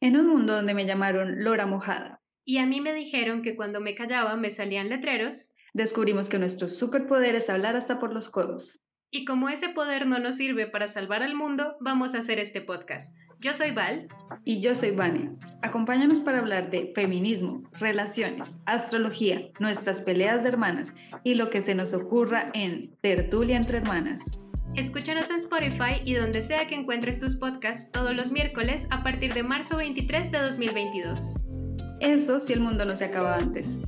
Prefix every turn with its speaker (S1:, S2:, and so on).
S1: en un mundo donde me llamaron Lora Mojada.
S2: Y a mí me dijeron que cuando me callaba me salían letreros.
S1: Descubrimos que nuestro superpoder es hablar hasta por los codos.
S2: Y como ese poder no nos sirve para salvar al mundo, vamos a hacer este podcast. Yo soy Val.
S1: Y yo soy Vane. Acompáñanos para hablar de feminismo, relaciones, astrología, nuestras peleas de hermanas y lo que se nos ocurra en Tertulia entre Hermanas.
S2: Escúchanos en Spotify y donde sea que encuentres tus podcasts todos los miércoles a partir de marzo 23 de 2022.
S1: Eso si el mundo no se acaba antes.